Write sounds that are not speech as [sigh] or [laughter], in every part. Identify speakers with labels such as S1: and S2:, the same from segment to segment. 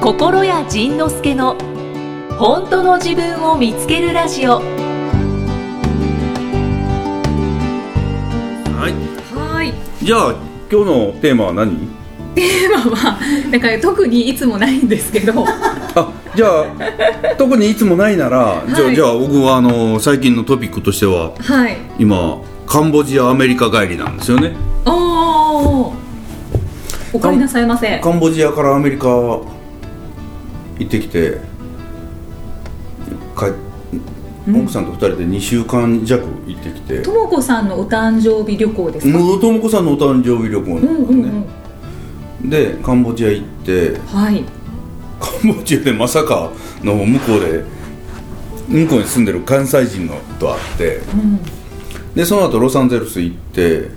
S1: 心谷仁之助の本当の自分を見つけるラジオ
S2: はい
S3: はい。
S2: じゃあ今日のテーマは何
S3: テーマは、だから特にいつもないんですけど、
S2: あじゃあ
S3: [laughs]
S2: 特にいつもないなら、じゃ
S3: は
S2: あ
S3: い
S2: じゃあ僕はあの最近のトピックとしては
S3: はい。
S2: 今カンボジアアメリカ帰りなんですよね
S3: おお。おかえりなさいませ。
S2: カンボジアからアメリカ行ってきてか奥さんと二人で2週間弱行ってきて
S3: ともこさんのお誕生日旅行ですか。
S2: もうともこさんのお誕生日旅行
S3: う
S2: なんんで
S3: う
S2: す
S3: んう
S2: ね、
S3: ん。
S2: でカンボジア行って
S3: はい。
S2: カンボジアでまさかの向こうで向こうに住んでる関西人のと会って
S3: うん。
S2: でその後ロサンゼルス行って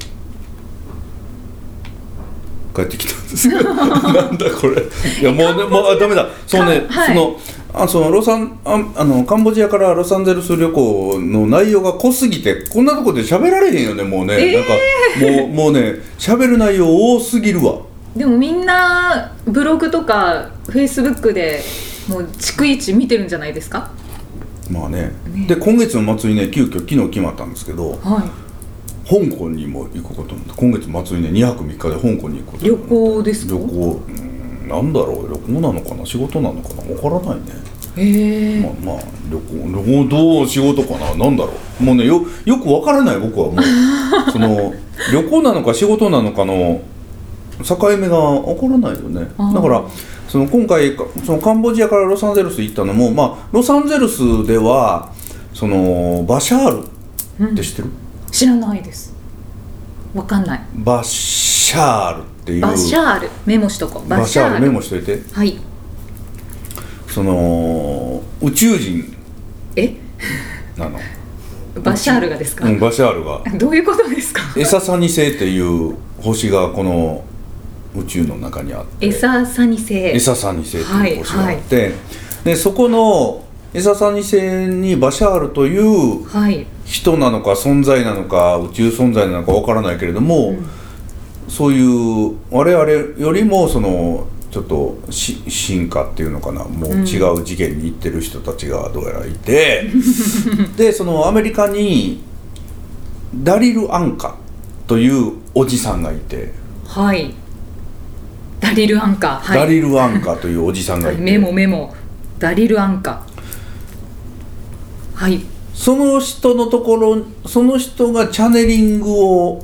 S2: 帰ってきたんですけ
S3: [laughs]
S2: どなんだこれいやもうねもうあダメだそうね、
S3: かはい
S2: そのあそのロサンああのカンボジアからロサンゼルス旅行の内容が濃すぎてこんなとこで喋られへんよねもうね、なんかもうもうね喋る内容多すぎるわ
S3: でもみんなブログとかフェイスブックでもう逐一見てるんじゃないですか。
S2: まあね
S3: ね
S2: で今月の末にね急遽昨日決まったんですけど
S3: はい。
S2: 香港にも行くことになって今月末にね2泊3日で香港に行くことに
S3: 旅
S2: なって
S3: 行ですか
S2: 旅。行うんなんだろう旅行なのかな仕事なのかなわからないね、
S3: ええ
S2: まあまあ旅行旅行どう仕事かななんだろうもうねよよくわからない僕はも
S3: [laughs]
S2: うその旅行なのか仕事なのかの境目がわからないよね
S3: あー
S2: だからその今回かそのカンボジアからロサンゼルス行ったのもまあロサンゼルスではそのバシャールって知ってる、
S3: 知らないです。わかんない。
S2: バシャールっていう
S3: バシャールメモしとこう。
S2: バシャールメモしといて
S3: はい。
S2: その宇宙人
S3: え、
S2: なの、
S3: バシャールがですか。
S2: うん、バシャールが
S3: どういうことですか。
S2: エササニ星っていう星がこの宇宙の中にあって
S3: エササニセ
S2: エササニ星っていう星があって、でそこのエササニ星にバシャールという
S3: はい
S2: 人なのか存在なのか宇宙存在なのかわからないけれども、そういう我々よりもそのちょっとし進化っていうのかなもう違う次元に行ってる人たちがどうやらいて、 [laughs] でそのアメリカにダリル・アンカというおじさんがいて、
S3: はいダリルアンカはい
S2: ダリル・アンカというおじさんがいて、
S3: メモメモダリルアンカはい
S2: その人のところその人がチャネリングを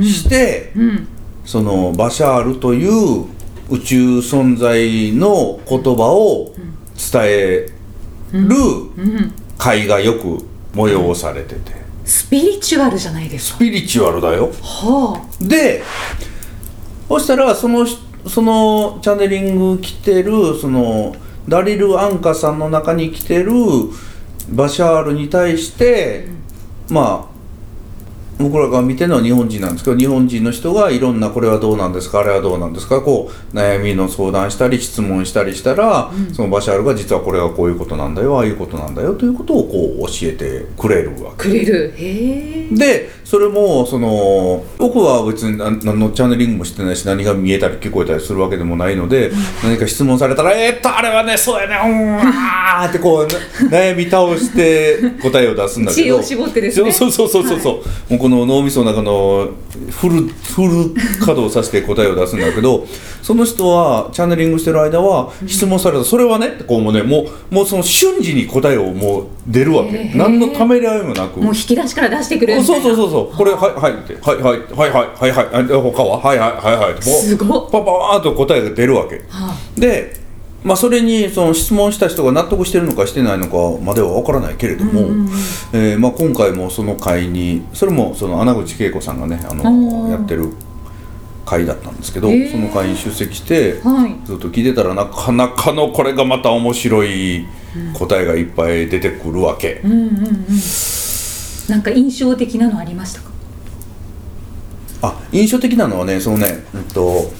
S2: して。
S3: うん
S2: そのバシャールという宇宙存在の言葉を伝える
S3: うん
S2: 会がよく催されてて
S3: スピリチュアルじゃないです
S2: スピリチュアルだよ
S3: かは
S2: でそしたらそのそのチャネリング来てるそのダリル・アンカさんの中に来てるバシャールに対して、まあ僕らが見てるのは日本人なんですけど日本人の人がいろんなこれはどうなんですかあれはどうなんですかこう悩みの相談したり質問したりしたら、そのバシャールが実はこれはこういうことなんだよああいうことなんだよということをこう教えてくれるわけ
S3: あくれるへえ
S2: でそれもその僕は別に何何のチャネリングもしてないし何が見えたり聞こえたりするわけでもないので、何か質問されたら「えーっとあれはねそうやねうーんあー」ってこう悩み倒して答えを出すんだけど
S3: 知恵を絞ってですね
S2: そうそうそうそうそう、もうこの脳みその中のフルフル稼働させて答えを出すんだけどその人はチャネリングしてる間は質問されたら「それはね」ってこうもうねもうもうその瞬時に答えをもう出るわけ、
S3: へー
S2: 何のためらいもなく
S3: もう引き出しから出してくれるみた
S2: そ
S3: いうな
S2: そうそうそうこれはいはいってはいはいはいはいはいはいあで他ははいはいはいはいってもう
S3: すごっ
S2: パパーンと答えが出るわけ
S3: は
S2: でまあそれにその質問した人が納得してるのかしてないのかまでは分からないけれども、えーまあ、今回もその会にそれもその穴口恵子さんがねあ
S3: お
S2: の
S3: ー
S2: やってる会だったんですけど、
S3: へー
S2: その会に出席して、
S3: あはい
S2: ずっと聞いてたらなかなかのこれがまた面白い答えがいっぱい出てくるわけ、
S3: うんうんうんなんか印象的なのありましたか
S2: あ印象的なのはねそのね、うんと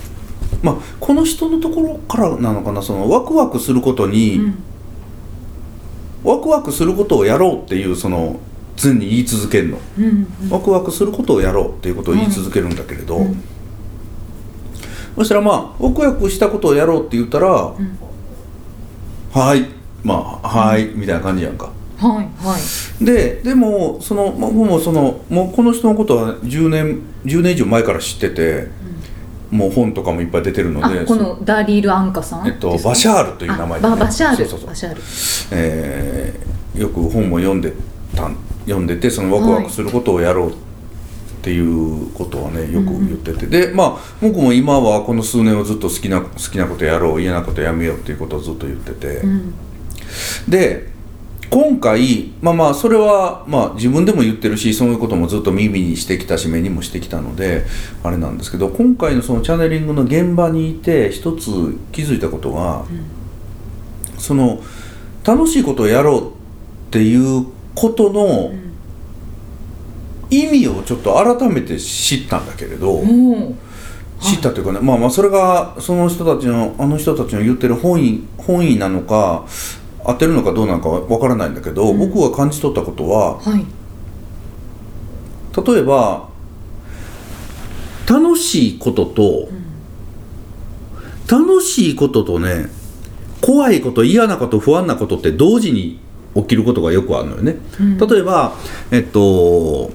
S2: まあ、この人のところからなのかなそのワクワクすることに、
S3: ん
S2: ワクワクすることをやろうっていうその常に言い続けるの、
S3: うん
S2: ワクワクすることをやろうっていうことを言い続けるんだけれど、そしたらまあ奥役したことをやろうって言ったら「
S3: ん
S2: はいまあはい」みたいな感じやんか
S3: はいはい
S2: ででもそのまあ僕もそのもうこの人のことは10年10年以上前から知ってて、もう本とかもいっぱい出てるので
S3: あこのダリール・アンカさん
S2: えっと
S3: ですね
S2: バシャールという名前でね
S3: あババシャール
S2: そうそうそう
S3: バシャール
S2: えーよく本も読んでたん読んでてそのワクワクすることをやろうっていうことはねよく言ってて、でまあ僕も今はこの数年をずっと好きな好きなことやろう嫌なことやめようっていうことをずっと言ってて、
S3: うん
S2: で今回まあまあそれはまあ自分でも言ってるしそういうこともずっと耳にしてきたし目にもしてきたのであれなんですけど今回のそのチャネリングの現場にいて一つ気づいたことが、その楽しいことをやろうっていうことの意味をちょっと改めて知ったんだけれど。
S3: おー
S2: 知ったというかね、まあまあそれがその人たちのあの人たちの言ってる本意本意なのか合ってるのかどうなのかわからないんだけど、
S3: うん
S2: 僕が感じ取ったことは
S3: はい
S2: 例えば楽しいことと、楽しいこととね怖いこと嫌なこと不安なことって同時に起きることがよくあるのよね。
S3: うん
S2: 例えばえっと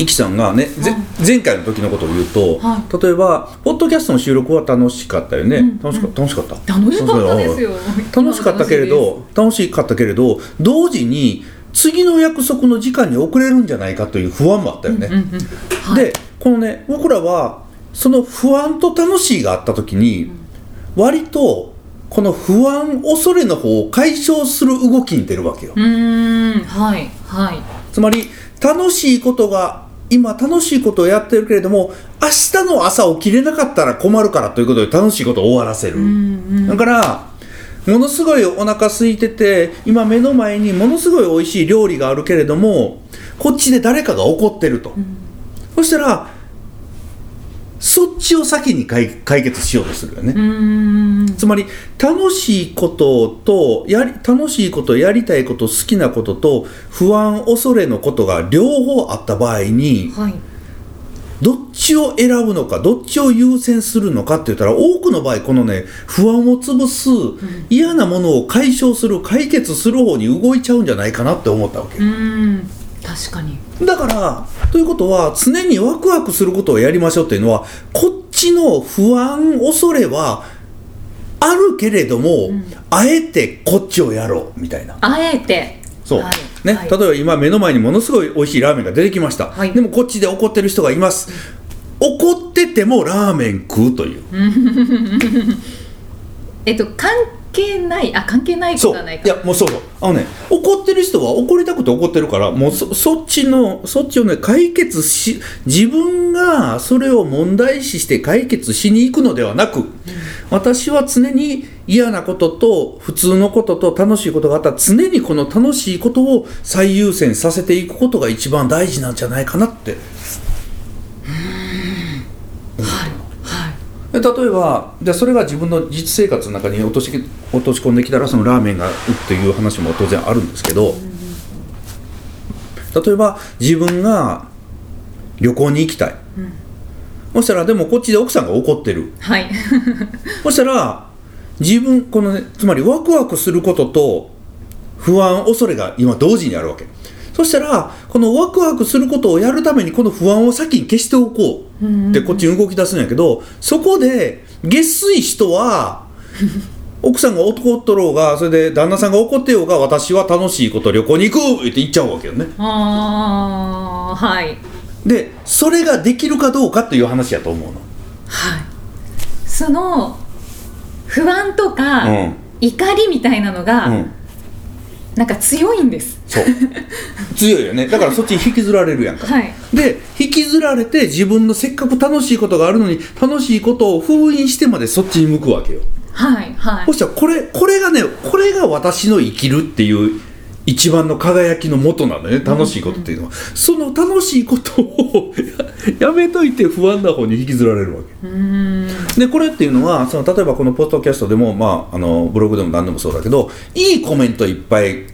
S2: イキさんがね、ぜ前回の時のことを言うと、
S3: は
S2: 例えばポッドキャストの収録は楽しかったよね、
S3: うん
S2: 楽しか楽しかった
S3: 楽しかったですよ
S2: 楽しかったけれど楽しかったけれど同時に次の約束の時間に遅れるんじゃないかという不安もあったよね、
S3: うんうんはい
S2: でこのね僕らはその不安と楽しいがあった時に、割とこの不安恐れの方を解消する動きに出るわけよ、
S3: うーんはいはい
S2: つまり楽しいことが今楽しいことをやってるけれども明日の朝起きれなかったら困るからということで楽しいことを終わらせる、だからものすごいお腹空いてて今目の前にものすごい美味しい料理があるけれどもこっちで誰かが怒ってると、そしたらそっちを先に解解決しようとするよね、
S3: うーん
S2: つまり楽しいこととやり楽しいことやりたいこと好きなことと不安恐れのことが両方あった場合に
S3: はい
S2: どっちを選ぶのかどっちを優先するのかって言ったら多くの場合このね不安を潰す嫌なものを解消する解決する方に動いちゃうんじゃないかなって思ったわ
S3: うーん確かに
S2: けだからということは常にワクワクすることをやりましょうっていうのはこっちの不安恐れはあるけれども、あえてこっちをやろうみたいな
S3: あえて
S2: そう、
S3: はい
S2: ね、
S3: はい
S2: 例えば今目の前にものすごい美味しいラーメンが出てきました、
S3: はい
S2: でもこっちで怒ってる人がいます怒っててもラーメン食うという、
S3: えっと関係ないあ関係ないこ
S2: そ
S3: と
S2: う
S3: はない
S2: い
S3: か
S2: やもうそうそうあのね怒ってる人は怒りたくて怒ってるからもうそそっちのそっちをね解決し自分がそれを問題視して解決しに行くのではなく、私は常に嫌なことと普通のことと楽しいことがあったら常にこの楽しいことを最優先させていくことが一番大事なんじゃないかなって
S3: はい
S2: で例えばじゃあそれが自分の実生活の中に落とし落とし込んできたらそのラーメンがっていう話も当然あるんですけど例えば自分が旅行に行きたい、そしたらでもこっちで奥さんが怒ってる
S3: はい
S2: そしたら自分このねつまりワクワクすることと不安恐れが今同時にあるわけそしたらこのワクワクすることをやるためにこの不安を先に消しておこうってこっちに動き出すんやけどそこで下水人は奥さんが男っとろうがそれで旦那さんが怒ってようが私は楽しいこと旅行に行くって言っちゃうわけよね
S3: [laughs] ああはい
S2: でそれができるかどうかっていう話やと思うの
S3: はいその不安とか、
S2: うん
S3: 怒りみたいなのが、
S2: うん
S3: なんか強いんです
S2: そう強いよねだからそっちに引きずられるやんか
S3: はい
S2: で引きずられて自分のせっかく楽しいことがあるのに楽しいことを封印してまでそっちに向くわけよ
S3: はいはい
S2: そしたらこれこれがねこれが私の生きるっていう一番の輝きの元なのよね楽しいことっていうのは、その楽しいことを [laughs] ややめといて不安な方に引きずられるわけ
S3: うーん
S2: でこれっていうのはその例えばこのポッドキャストでも、まあ、あのブログでも何でもそうだけどいいコメントいっぱい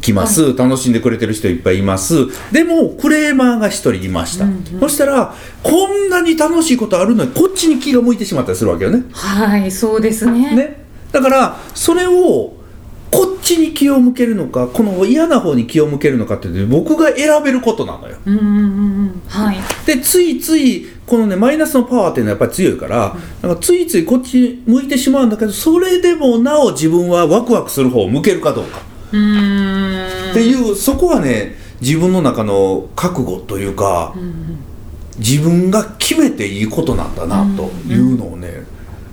S2: 来ます、楽しんでくれてる人いっぱいいますでもクレーマーが1人いました、そしたらこんなに楽しいことあるのにこっちに気が向いてしまったりするわけよね
S3: はいそうですね
S2: ね、だからそれをこっちに気を向けるのかこの嫌な方に気を向けるのかっていうのは僕が選べることなのよ
S3: うんうんうんうんはい
S2: でついついこのねマイナスのパワーっていうのはやっぱり強いから、なんかついついこっちに向いてしまうんだけどそれでもなお自分はワクワクする方を向けるかどうか
S3: うーん
S2: っていう、そこはね自分の中の覚悟というか、自分が決めていいことなんだなというのをね、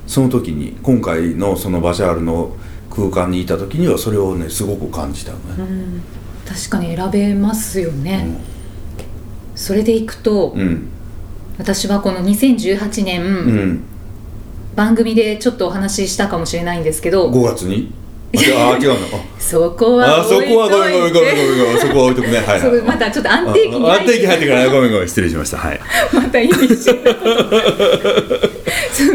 S2: その時に今回のそのバシャールの空間にいた時にはそれをねすごく感じたのね。
S3: うん確かに選べますよね、それでいくと、
S2: うん
S3: 私はこの2018年、
S2: うん、
S3: 番組でちょっとお話ししたかもしれないんですけど
S2: 5月にあ違うあ
S3: [laughs]
S2: 違うの
S3: そこ
S2: あ
S3: は
S2: あそこはごめんごめんごめんごめんごめんそこは置いとくねはい、
S3: そ
S2: は
S3: う
S2: い、
S3: またちょっと安定期に
S2: あ安定期入
S3: 入
S2: っ
S3: ってて
S2: か
S3: からら
S2: ごめんごめん失礼しましたはい
S3: またいいですよ [laughs] そう5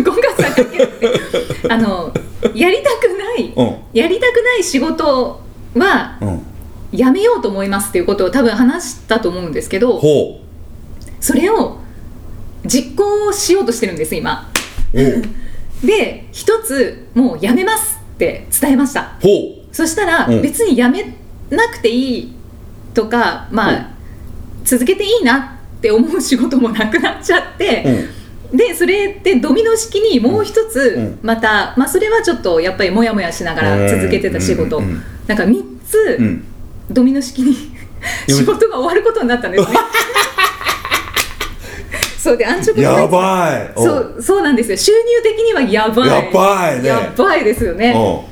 S3: 月はだけあのやりたくない、
S2: うん
S3: やりたくない仕事は
S2: うん
S3: やめようと思いますっていうことを多分話したと思うんですけど
S2: ほ
S3: それを実行しようとしてるんです今
S2: うおう
S3: で一つもうやめますって伝えました
S2: ほ
S3: そしたら
S2: うん
S3: 別にやめなくていいとか、まあ、
S2: うん
S3: 続けていいなって思う仕事もなくなっちゃって、でそれってドミノ式にもう一つ
S2: う
S3: また、まあ、それはちょっとやっぱりモヤモヤしながら続けてた仕事、
S2: うんうんうん
S3: なんか3つ
S2: ううん
S3: ドミノ式に
S2: やめ
S3: 仕事が終わることになったんですね。
S2: [laughs]
S3: そうで安直に
S2: やばいお
S3: そうそうなんですよ収入的にはやばい
S2: やばいね
S3: やばいですよね
S2: お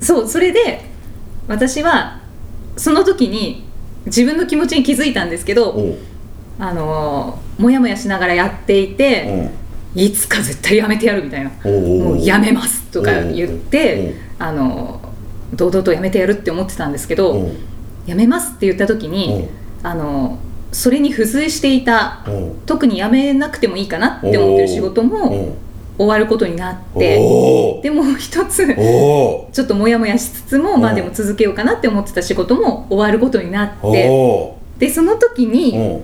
S2: う
S3: そうそれで私はその時に自分の気持ちに気づいたんですけど
S2: おう
S3: あのーもやもやしながらやっていて
S2: おう
S3: いつか絶対やめてやるみたいな
S2: おうおうおう
S3: もうやめますとか言っ
S2: おうお
S3: て
S2: う
S3: あのー堂々とやめてやるって思ってたんですけ
S2: お
S3: ど
S2: う
S3: やめますって言った時にあのーそれに付随していた
S2: おう
S3: 特にやめなくてもいいかなって思ってる仕事も終わることになって
S2: お
S3: でもう一つ
S2: おお
S3: ちょっとモヤモヤしつつも、まあでも続けようかなって思ってた仕事も終わることにな
S2: お
S3: って
S2: お
S3: でその時に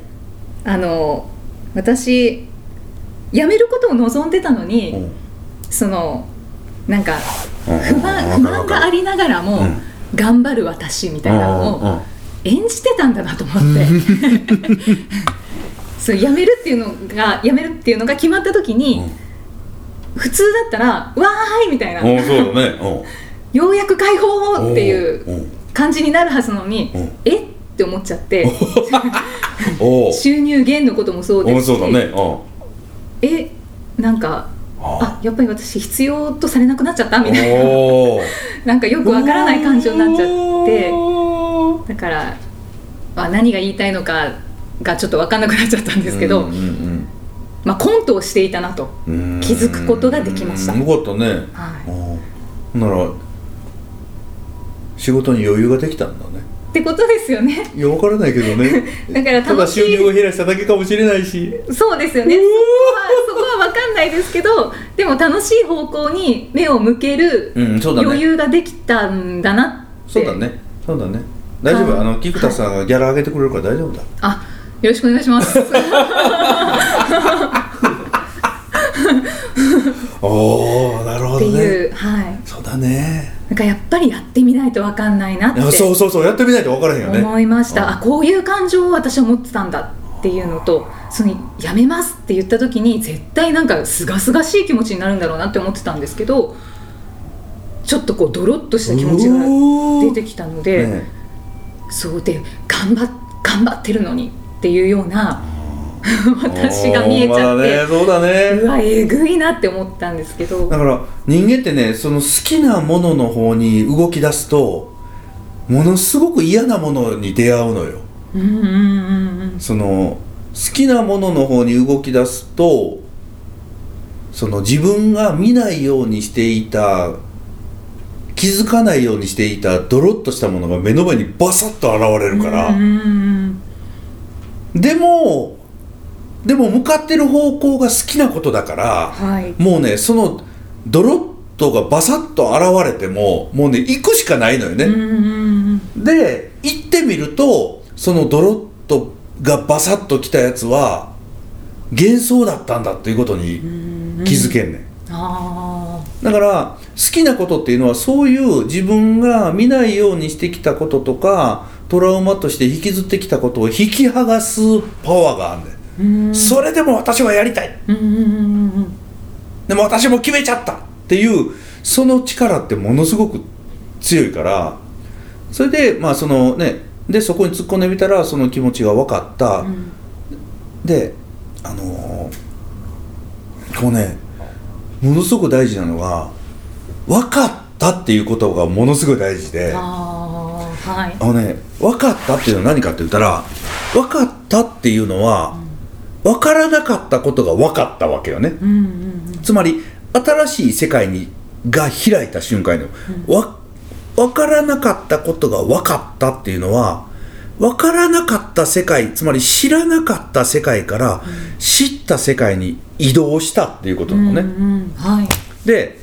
S3: あの私辞めることを望んでたのにそのなんか不満不満がありながらも、
S2: うん
S3: 頑張る私みたいなのを演じてたんだなと思って
S2: [laughs]
S3: そう辞めるっていうのが辞めるっていうのが決まった時に、普通だったら「わーい!」みたいな、
S2: おそうだね
S3: ようやく解放っていう
S2: う
S3: 感じになるはずなのに、
S2: うん
S3: えって思っちゃって
S2: おお
S3: 収入減のこともそうですし
S2: そうだねお
S3: えなんか
S2: あ
S3: あやっぱり私必要とされなくなっちゃったみたいな
S2: おお
S3: なんかよくわからない感情になっちゃって
S2: て
S3: だから、まあ、何が言いたいのかがちょっとわかんなくなっちゃったんですけど、まあ、コントをしていたなと、
S2: 気
S3: 気づくことができました
S2: よかったね
S3: はい、
S2: うんなら仕事に余裕ができたんだね
S3: ってことですよね
S2: いや分からないけどね
S3: だから
S2: ただ
S3: 楽し
S2: 収
S3: [laughs] い
S2: 入を減らしただけかもしれないし
S3: そうですよねそこはそこはわかんないですけどでも楽しい方向に目を向ける
S2: うんそうだね
S3: 余裕ができたんだなって
S2: そうだねそうだね大丈夫
S3: はい
S2: あの菊田さんがギャラ上げてくれるから大丈夫だ
S3: あよろしくお願いします
S2: おおなるほ
S3: って
S2: どね
S3: いう、はい
S2: そうだね
S3: なんかやっぱりやってみないとわかんないなっ
S2: い
S3: て
S2: やそうそうそうやってみないと分からへんよね
S3: 思いました、
S2: うん
S3: あこういう感情を私は持ってたんだっていうのとそのやめますって言った時に絶対なんかすがすがしい気持ちになるんだろうなって思ってたんですけどちょっとこうドロッとした気持ちが出てきたので、
S2: ね
S3: そうで頑張っ頑張ってるのにっていうよ
S2: [laughs]
S3: うな私が見えちゃ
S2: おー
S3: っ
S2: ま
S3: て、
S2: だねそうだね
S3: うわえぐいなって思ったんですけど
S2: だから人間ってねその好きなものの方に動き出すとものすごく嫌なものに出会うのよ
S3: うんうんうんうん
S2: その好きなものの方に動き出すとその自分が見ないようにしていた気づかないようにしていたドロッとしたものが目の前にバサッと現れるから、
S3: うんうんうん
S2: でもでも向かってる方向が好きなことだから
S3: はい
S2: もうねそのドロッとがバサッと現れてももうね行くしかないのよね。
S3: うんうんうん
S2: で行ってみるとそのドロッとがバサッときたやつは幻想だったんだっていうことに気づけんねん
S3: あ
S2: だから好きなことっていうのはそういう自分が見ないようにしてきたこととかトラウマとして引きずってきたことを引き剥がすパワーがあんね
S3: ーうん
S2: んそれでも私はやりたい
S3: うんうんうんうん
S2: でも私も決めちゃったっていうその力ってものすごく強いからそれでまあそのねでそこに突っ込んでみたらその気持ちが分かった、
S3: うん
S2: であのーこうねものすごく大事なのが分かったっていうことがものすごい大事であ
S3: あーはい
S2: のね分かったっていうのは何かって言ったら分かったっていうのは分からなかったことが分かったわけよね
S3: うんうん
S2: つまり新しい世界にが開いた瞬間の、わ分からなかったことが分かったっていうのは分からなかった世界つまり知らなかった世界から知った世界に移動したっていうこと
S3: う
S2: なの
S3: ん
S2: ね。
S3: うんうんはい
S2: で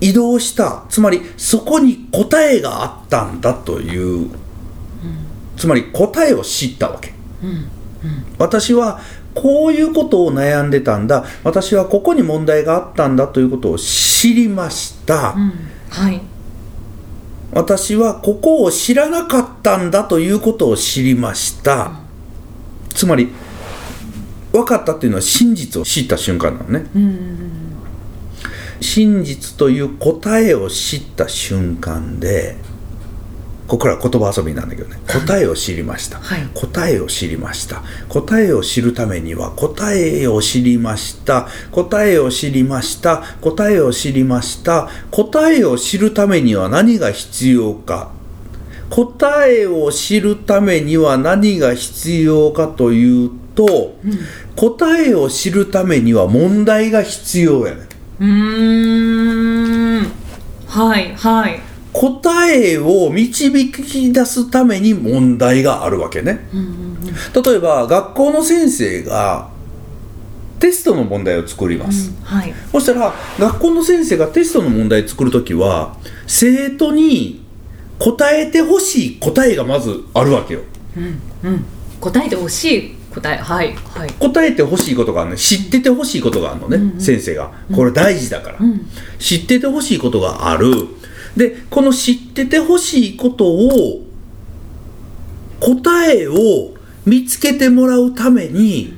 S2: 移動したつまりそこに答えがあったんだという、つまり答えを知ったわけ。
S3: うん
S2: 私はこういうことを悩んでたんだ私はここに問題があったんだということを知りました、
S3: うんはい
S2: 私はここを知らなかったんだということを知りました、つまり分かったっていうのは真実を知った瞬間なのね
S3: うんうん
S2: 真実という答えを知った瞬間でここから言葉遊びなんだけどね答えを知りました、
S3: はい
S2: 答えを知りました答えを知るためには答えを知りました答えを知りました答えを知りました答えを知るためには何が必要か答えを知るためには何が必要かというと、答えを知るためには問題が必要やねん
S3: うーんはいはい
S2: 答えを導き出すために問題があるわけね。
S3: うんうんうん
S2: 例えば学校の先生がテストの問題を作ります、
S3: はい
S2: そしたら学校の先生がテストの問題作るときは生徒に答えてほしい答えがまずあるわけよ
S3: うんうん答えてほしい答えはいはい
S2: 答えてほしいことがあるのね知っててほしいことがあるのね、
S3: うんうん
S2: 先生がこれ大事だから、
S3: うん
S2: 知っててほしいことがあるでこの知っててほしいことを答えを見つけてもらうために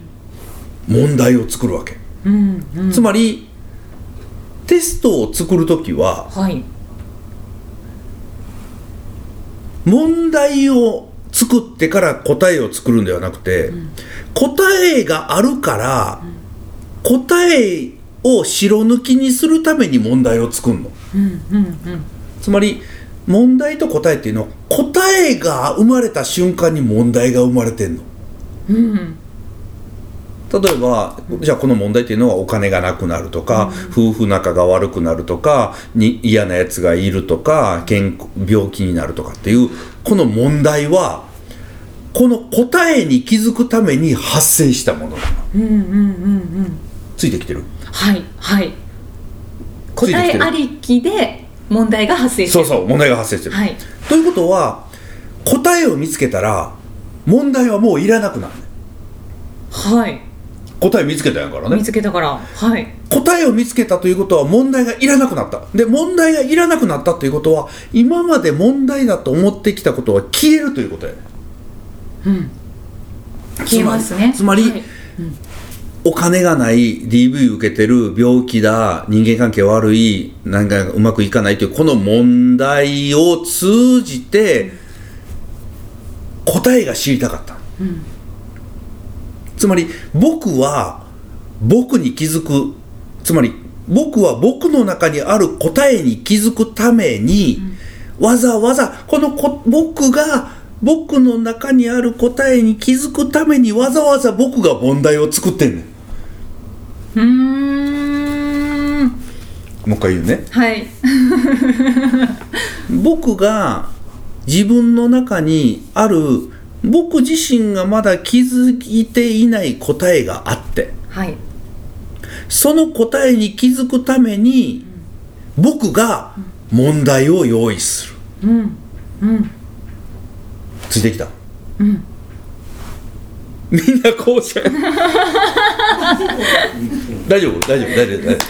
S2: 問題を作るわけ、
S3: うんうん
S2: つまりテストを作るときは
S3: はい
S2: 問題を作ってから答えを作るんではなくて、答えがあるから、答えを白抜きにするために問題を作るの。
S3: うんうんうん
S2: つまり問題と答えっていうのは答えが生まれた瞬間に問題が生まれてんの
S3: うん
S2: 例えばじゃあこの問題っていうのはお金がなくなるとか、夫婦仲が悪くなるとかに嫌なやつがいるとか健康病気になるとかっていうこの問題はこの答えに気づくために発生したものなの
S3: うんうんうんうん
S2: ついてきてる
S3: はいはい
S2: ついてきてる
S3: 答えありきで問題が発生して
S2: そ
S3: る
S2: うそう問題が発生してる、
S3: はい
S2: ということは答えを見つけたら問題はもういらなくなるね
S3: はい
S2: 答え見つけたんやからね
S3: 見つけたからはい
S2: 答えを見つけたということは問題がいらなくなった。で、問題がいらなくなったということは、今まで問題だと思ってきたことは消えるということやね。
S3: うん消えますね
S2: つまり、
S3: はい
S2: お金がない、DV 受けてる、病気だ、人間関係悪い、なんかうまくいかないという、この問題を通じて、答えが知りたかった。
S3: うん
S2: つまり僕は僕に気づくつまり僕は僕の中にある答えに気づくために、わざわざこのこ僕が僕の中にある答えに気づくためにわざわざ僕が問題を作ってんねん
S3: うーん
S2: もう一回言うね
S3: はい [laughs]
S2: 僕が自分の中にある僕自身がまだ気づいていない答えがあって
S3: はい
S2: その答えに気づくために僕が問題を用意する
S3: うんうん
S2: ついてきた
S3: うん
S2: みんなこうじゃ
S3: [laughs]
S2: ん大丈夫大丈夫大丈夫大丈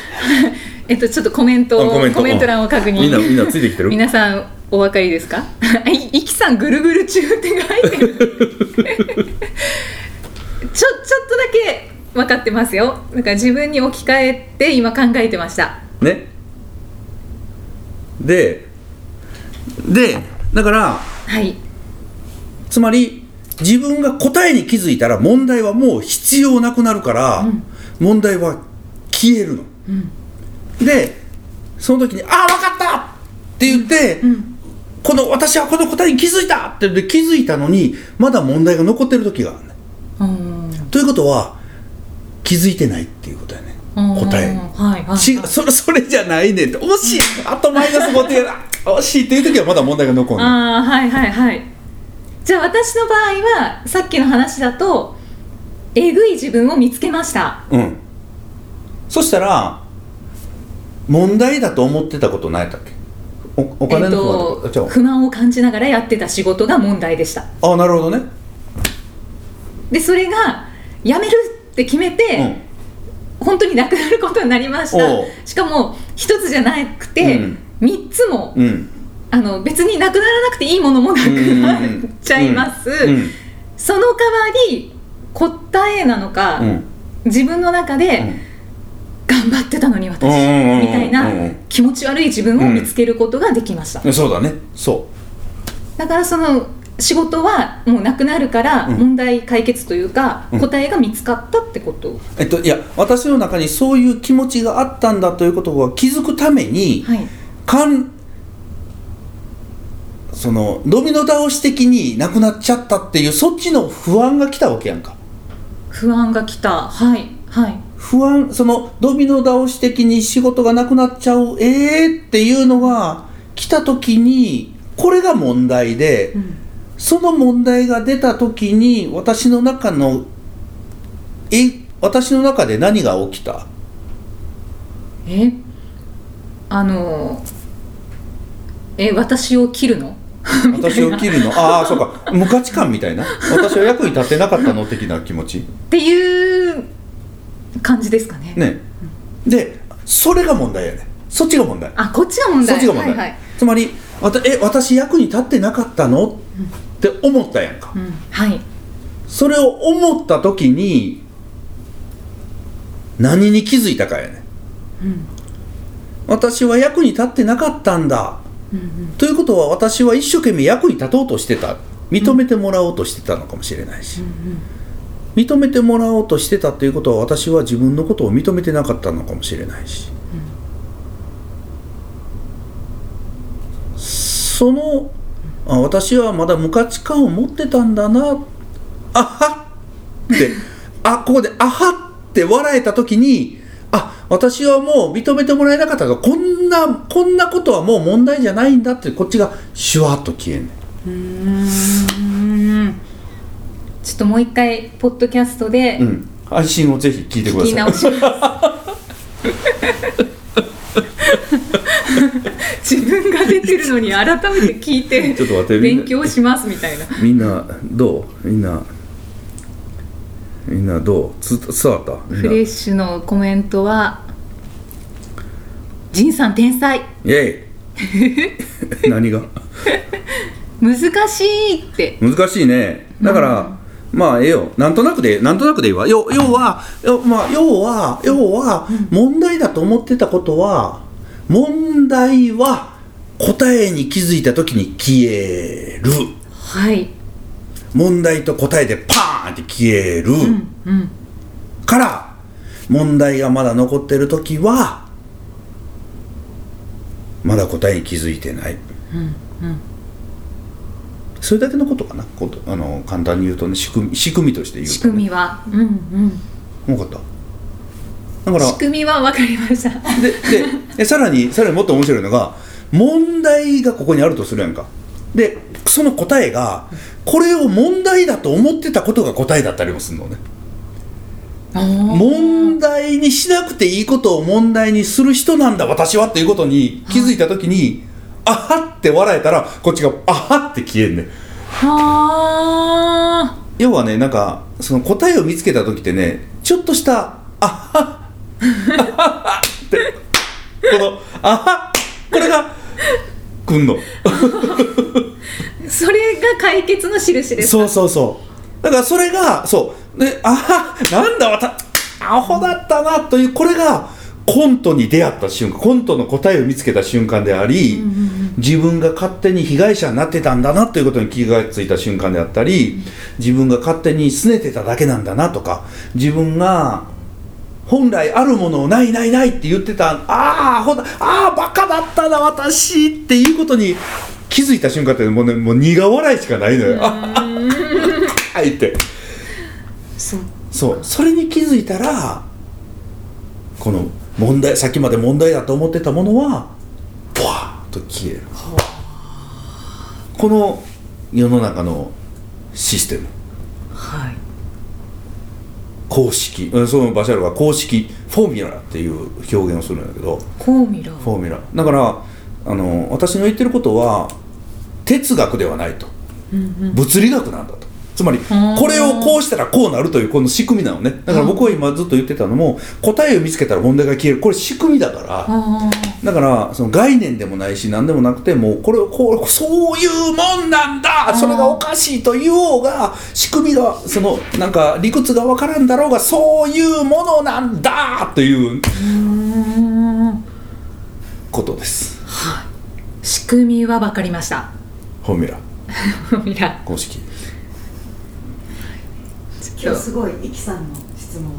S3: えっとちょっとコメントを
S2: あコメント
S3: 欄を確認
S2: 夫みんなみんなついてきてる
S3: 皆さんお分かりですか [laughs] いいきさんぐるぐる中って書いてる [laughs] ちょちょっとだけ分かってますよなんか自分に置き換えて今考えてました
S2: ねででだから
S3: はい
S2: つまり自分が答えに気づいたら問題はもう必要なくなるから、問題は消えるの、でその時に「ああ分かった!」って言って、この私はこの答えに気づいたって言って気づいたのにまだ問題が残ってる時があるね
S3: うん
S2: ということは気づいてないっていうことやね答え
S3: うん
S2: に
S3: はいはいはい
S2: 違うそれそれじゃないねんって惜しいあとマイナス5点やな惜しいっていう時はまだ問題が残るね
S3: ああはいはいはいじゃあ私の場合はさっきの話だとえぐい自分を見つけました
S2: うんそしたら問題だと思ってたこと何やったっけおお金のこと
S3: えっ
S2: か、
S3: と、不満を感じながらやってた仕事が問題でした
S2: ああなるほどね
S3: でそれが辞めるって決めて、
S2: うん
S3: 本当になくなることになりまし
S2: おう
S3: たしかも一つじゃなくて、
S2: うん
S3: 三3つも、
S2: うん
S3: あの別になくならなくていいものもなくなっちゃいます、
S2: うん
S3: その代わり答えなのか、
S2: うん
S3: 自分の中で、頑張ってたのに私、
S2: うんうんうん
S3: みたいな
S2: うんうん
S3: 気持ち悪い自分を見つけることができました、
S2: うんそうだねそ
S3: だからその仕事はもうなくなるから
S2: うん
S3: 問題解決というか、
S2: うん
S3: 答えが見つかったってこと、
S2: うえっといや私の中にそういう気持ちがあったんだということが気づくために、
S3: はい
S2: かんそのドミノ倒し的になくなっちゃったっていうそっちの不安が来たわけやんか
S3: 不安が来たはいはい
S2: 不安そのドミノ倒し的に仕事がなくなっちゃうえーっていうのが来た時にこれが問題で、
S3: うん
S2: その問題が出た時に私の中のえ私の中で何が起きた
S3: えあのえ私を切るの
S2: 私を切るの [laughs] ああそうか無価値観みたいな私は役に立てなかったの的な気持ち
S3: っていう感じですかね
S2: ね、でそれが問題やねそっちが問題
S3: あこっちが問
S2: そ
S3: 題
S2: っちが問題、
S3: はいはい
S2: つまりわたえ私役に立ってなかったのって思ったやんか、
S3: うんはい、
S2: それを思った時に何に気づいたかやね
S3: うん
S2: 私は役に立ってなかったんだ
S3: うんうん
S2: ということは私は一生懸命役に立とうとしてた認めてもらおうとしてたのかもしれないし、認めてもらおうとしてたということは私は自分のことを認めてなかったのかもしれないし、そのあ私はまだ無価値観を持ってたんだなあはっってあここであはって笑えた時にあ私はもう認めてもらえなかったがこんなこんなことはもう問題じゃないんだってこっちがシュワッと消えんねん
S3: ちょっともう一回ポッドキャストで
S2: うん、配信をぜひ聞いてく
S3: 聞き
S2: ださ
S3: 直
S2: い。
S3: します。 [laughs] 自分が出てるのに改めて聞いて
S2: ちょっと待って
S3: 勉強しますみたいな。
S2: みんなどうみんなみんなどうつ伝わったみん
S3: フ
S2: な
S3: レ
S2: イ
S3: ッシュのコメントは、ジンさん天才
S2: ェイ
S3: [laughs]
S2: 何が
S3: 難しいって。
S2: 難しいねだから、まあええよなんとなくでなんとなくでいいわ要要は要,、まあ、要は要は問題だと思ってたことは問題は答えに気づいた時に消える
S3: はい。
S2: 問題と答えでパーンって消える、
S3: うんうん。
S2: から問題がまだ残ってる時はまだ答えに気づいてない、それだけのことかなことあの簡単に言うとね仕組み仕組みとして言うと
S3: 仕組みは、うんうん。
S2: 分かっただから
S3: 仕組みは分かりました。
S2: でででさらにさらにもっと面白いのが問題がここにあるとするやんかでその答えがこれを問題だと思ってたことが答えだったりもするのね問題にしなくていいことを問題にする人なんだ私はっていうことに気づいた時に、あはって笑えたらこっちがあはって消えんねん
S3: あ
S2: 要はねなんかその答えを見つけた時ってねちょっとした「あはっ」ってこの「あはっ」これがくんの
S3: ーそれが解決の印です
S2: そうそうそうだからそれがそうで「あはっなんだわたアホだったな」というこれがコントに出会った瞬間コントの答えを見つけた瞬間であり、
S3: うんうんうん
S2: 自分が勝手に被害者になってたんだなということに気がついた瞬間であったり自分が勝手に拗ねてただけなんだなとか自分が本来あるものをないないないって言ってたああほだああバカだったな私っていうことに気づいた瞬間ってもう,、ね、もう苦笑いしかないのよ。あああいって
S3: そう
S2: そうそれに気づいたらこの問題さっきまで問題だと思ってたものはポワーッと消えるこの世の中のシステム
S3: はい
S2: 公式うんそのバシャールは公式フォーミュラっていう表現をするんだけど
S3: フォーミュラ
S2: フォーミュラだからあの私の言ってることは哲学ではないと
S3: うんうん
S2: 物理学なんだとつまり
S3: ー
S2: これをこうしたらこうなるというこの仕組みなのねだから僕は今ずっと言ってたのも答えを見つけたら問題が消えるこれ仕組みだから
S3: あ
S2: だからその概念でもないし何でもなくてもうこれをこうそういうもんなんだ
S3: ー
S2: それがおかしいと言おうが仕組みがそのなんか理屈がわからんだろうがそういうものなんだという
S3: ーうーん
S2: ことです
S3: 仕組みは分かりました
S2: フォーミュラ
S3: フォーミュラ
S2: 公式
S4: 今日すごいイキさんの質問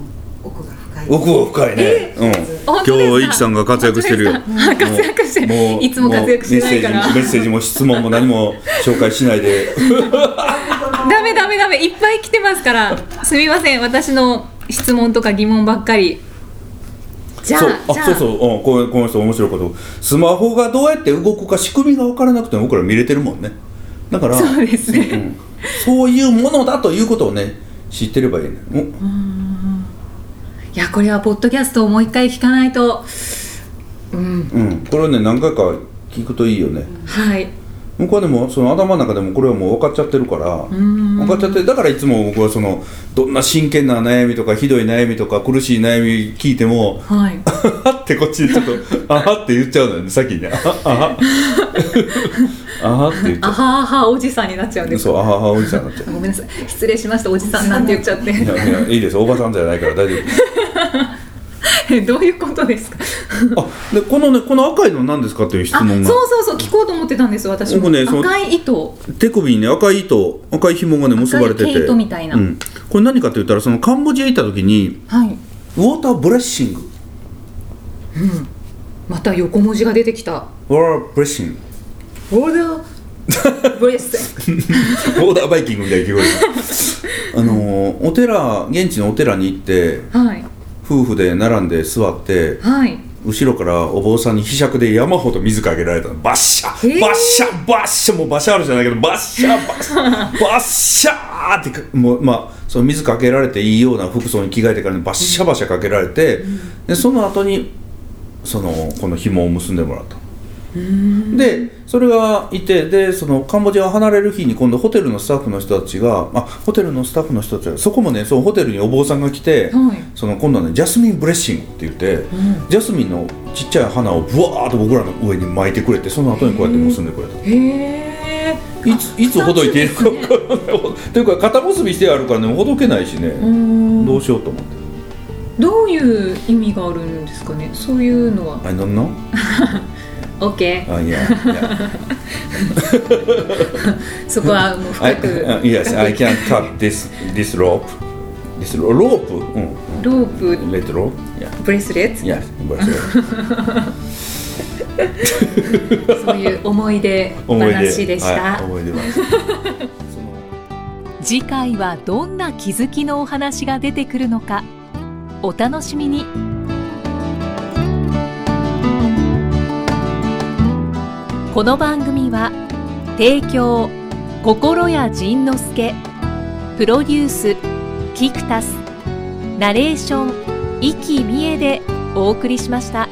S4: 奥が深い
S2: 奥は深いね、
S3: 本
S2: 今
S3: 当ですか
S2: 日イキさんが活躍してるよ
S3: 本当ですか活躍してる
S2: もう
S3: いつも活躍してないから
S2: もうメッセージもメッセージも質問も何も紹介しないで
S3: ダメダメダメいっぱい来てますからすみません私の質問とか疑問ばっかりじゃあ
S2: そう
S3: じゃ
S2: あ
S3: あ
S2: そうそう、うん、こうこの人面白いことスマホがどうやって動くか仕組みが分からなくても僕ら見れてるもんねだから
S3: そうですね
S2: んそういうものだということをね知ってればいいねお
S3: いやこれはポッドキャストをもう一回聞かないとうん
S2: うん、これはね何回か聞くといいよね
S3: はい
S2: 僕はでもその頭の中でもこれはもう分かっちゃってるから
S3: ん
S2: 分かっちゃってだからいつも僕はそのどんな真剣な悩みとかひどい悩みとか苦しい悩み聞いても [laughs]
S3: はい
S2: あはってこっちでちょっと「あは」って言っちゃうのよね先にね「あは」
S3: [laughs]
S2: あはあはって言っち
S3: あ
S2: ゃ
S3: はあはおじさんになっちゃうんで
S2: う
S3: す
S2: そう「あははおじさん」になっちゃう
S3: ごめんなさい失礼しましたおじさんなんて言っちゃっ
S2: いやいやいいですおばさんじゃないから大丈
S3: てどういうことですか [laughs]
S2: 夫あでこのねこの赤いの何ですかっていう質
S3: あそう
S2: 問が
S3: そうそう聞こうと思ってたんです私も
S2: 僕ねその
S3: 赤い糸
S2: 手首にね赤い糸赤い紐がね結ばれて
S3: 赤い毛
S2: て
S3: 糸みたいな
S2: うん、これ何かって言ったらそのカンボジア行った時に
S3: はい
S2: ウォーターブレッシング
S3: また横文字が出てきた
S2: ウォーターブレッシング [laughs]
S3: オーダーブレス
S2: ウォーターバイキングみたいな聞こえるあのーお寺現地のお寺に行って
S3: はい
S2: 夫婦で並んで座って
S3: はい
S2: 後ろからお坊さんにひしゃくで山ほど水かけられたのバッシャ
S3: へー
S2: バッシャバッシャもうバシャールじゃないけどバッシャバッシャバッシャーってかもうまあその水かけられていいような服装に着替えてからねバッシャバシャかけられて、でその後にそのこの紐を結んでもらったでそれがいてでそのカンボジアを離れる日に今度ホテルのスタッフの人たちがあホテルのスタッフの人たちがそこもねそのホテルにお坊さんが来て、
S3: はい
S2: その今度はねジャスミンブレッシングって言って、ジャスミンのちっちゃい花をぶわーっと僕らの上に巻いてくれてその後にこうやって結んでくれた
S3: へえ
S2: いついつほどいているか分からない [laughs] というか肩結びしてあるからねほどけないしね、どうしようと思って
S3: どういう意味があるんですかねそういうのは
S2: 「I don't know
S3: OK」
S2: あいやいや
S3: そこはもう
S2: I
S3: 深く
S2: uh, yes I can cut this this rope this ro- rope
S3: ロープ
S2: うん let rope yeah
S3: ブレスレッ
S2: yes but, uh,
S3: トそういう思い出
S2: [laughs] 思い出
S3: 話でした、
S2: はい、思い出話その
S1: 次回はどんな気づきのお話が出てくるのかお楽しみにこの番組は提供心谷仁之助プロデュースキクタスナレーション生きみえでお送りしました。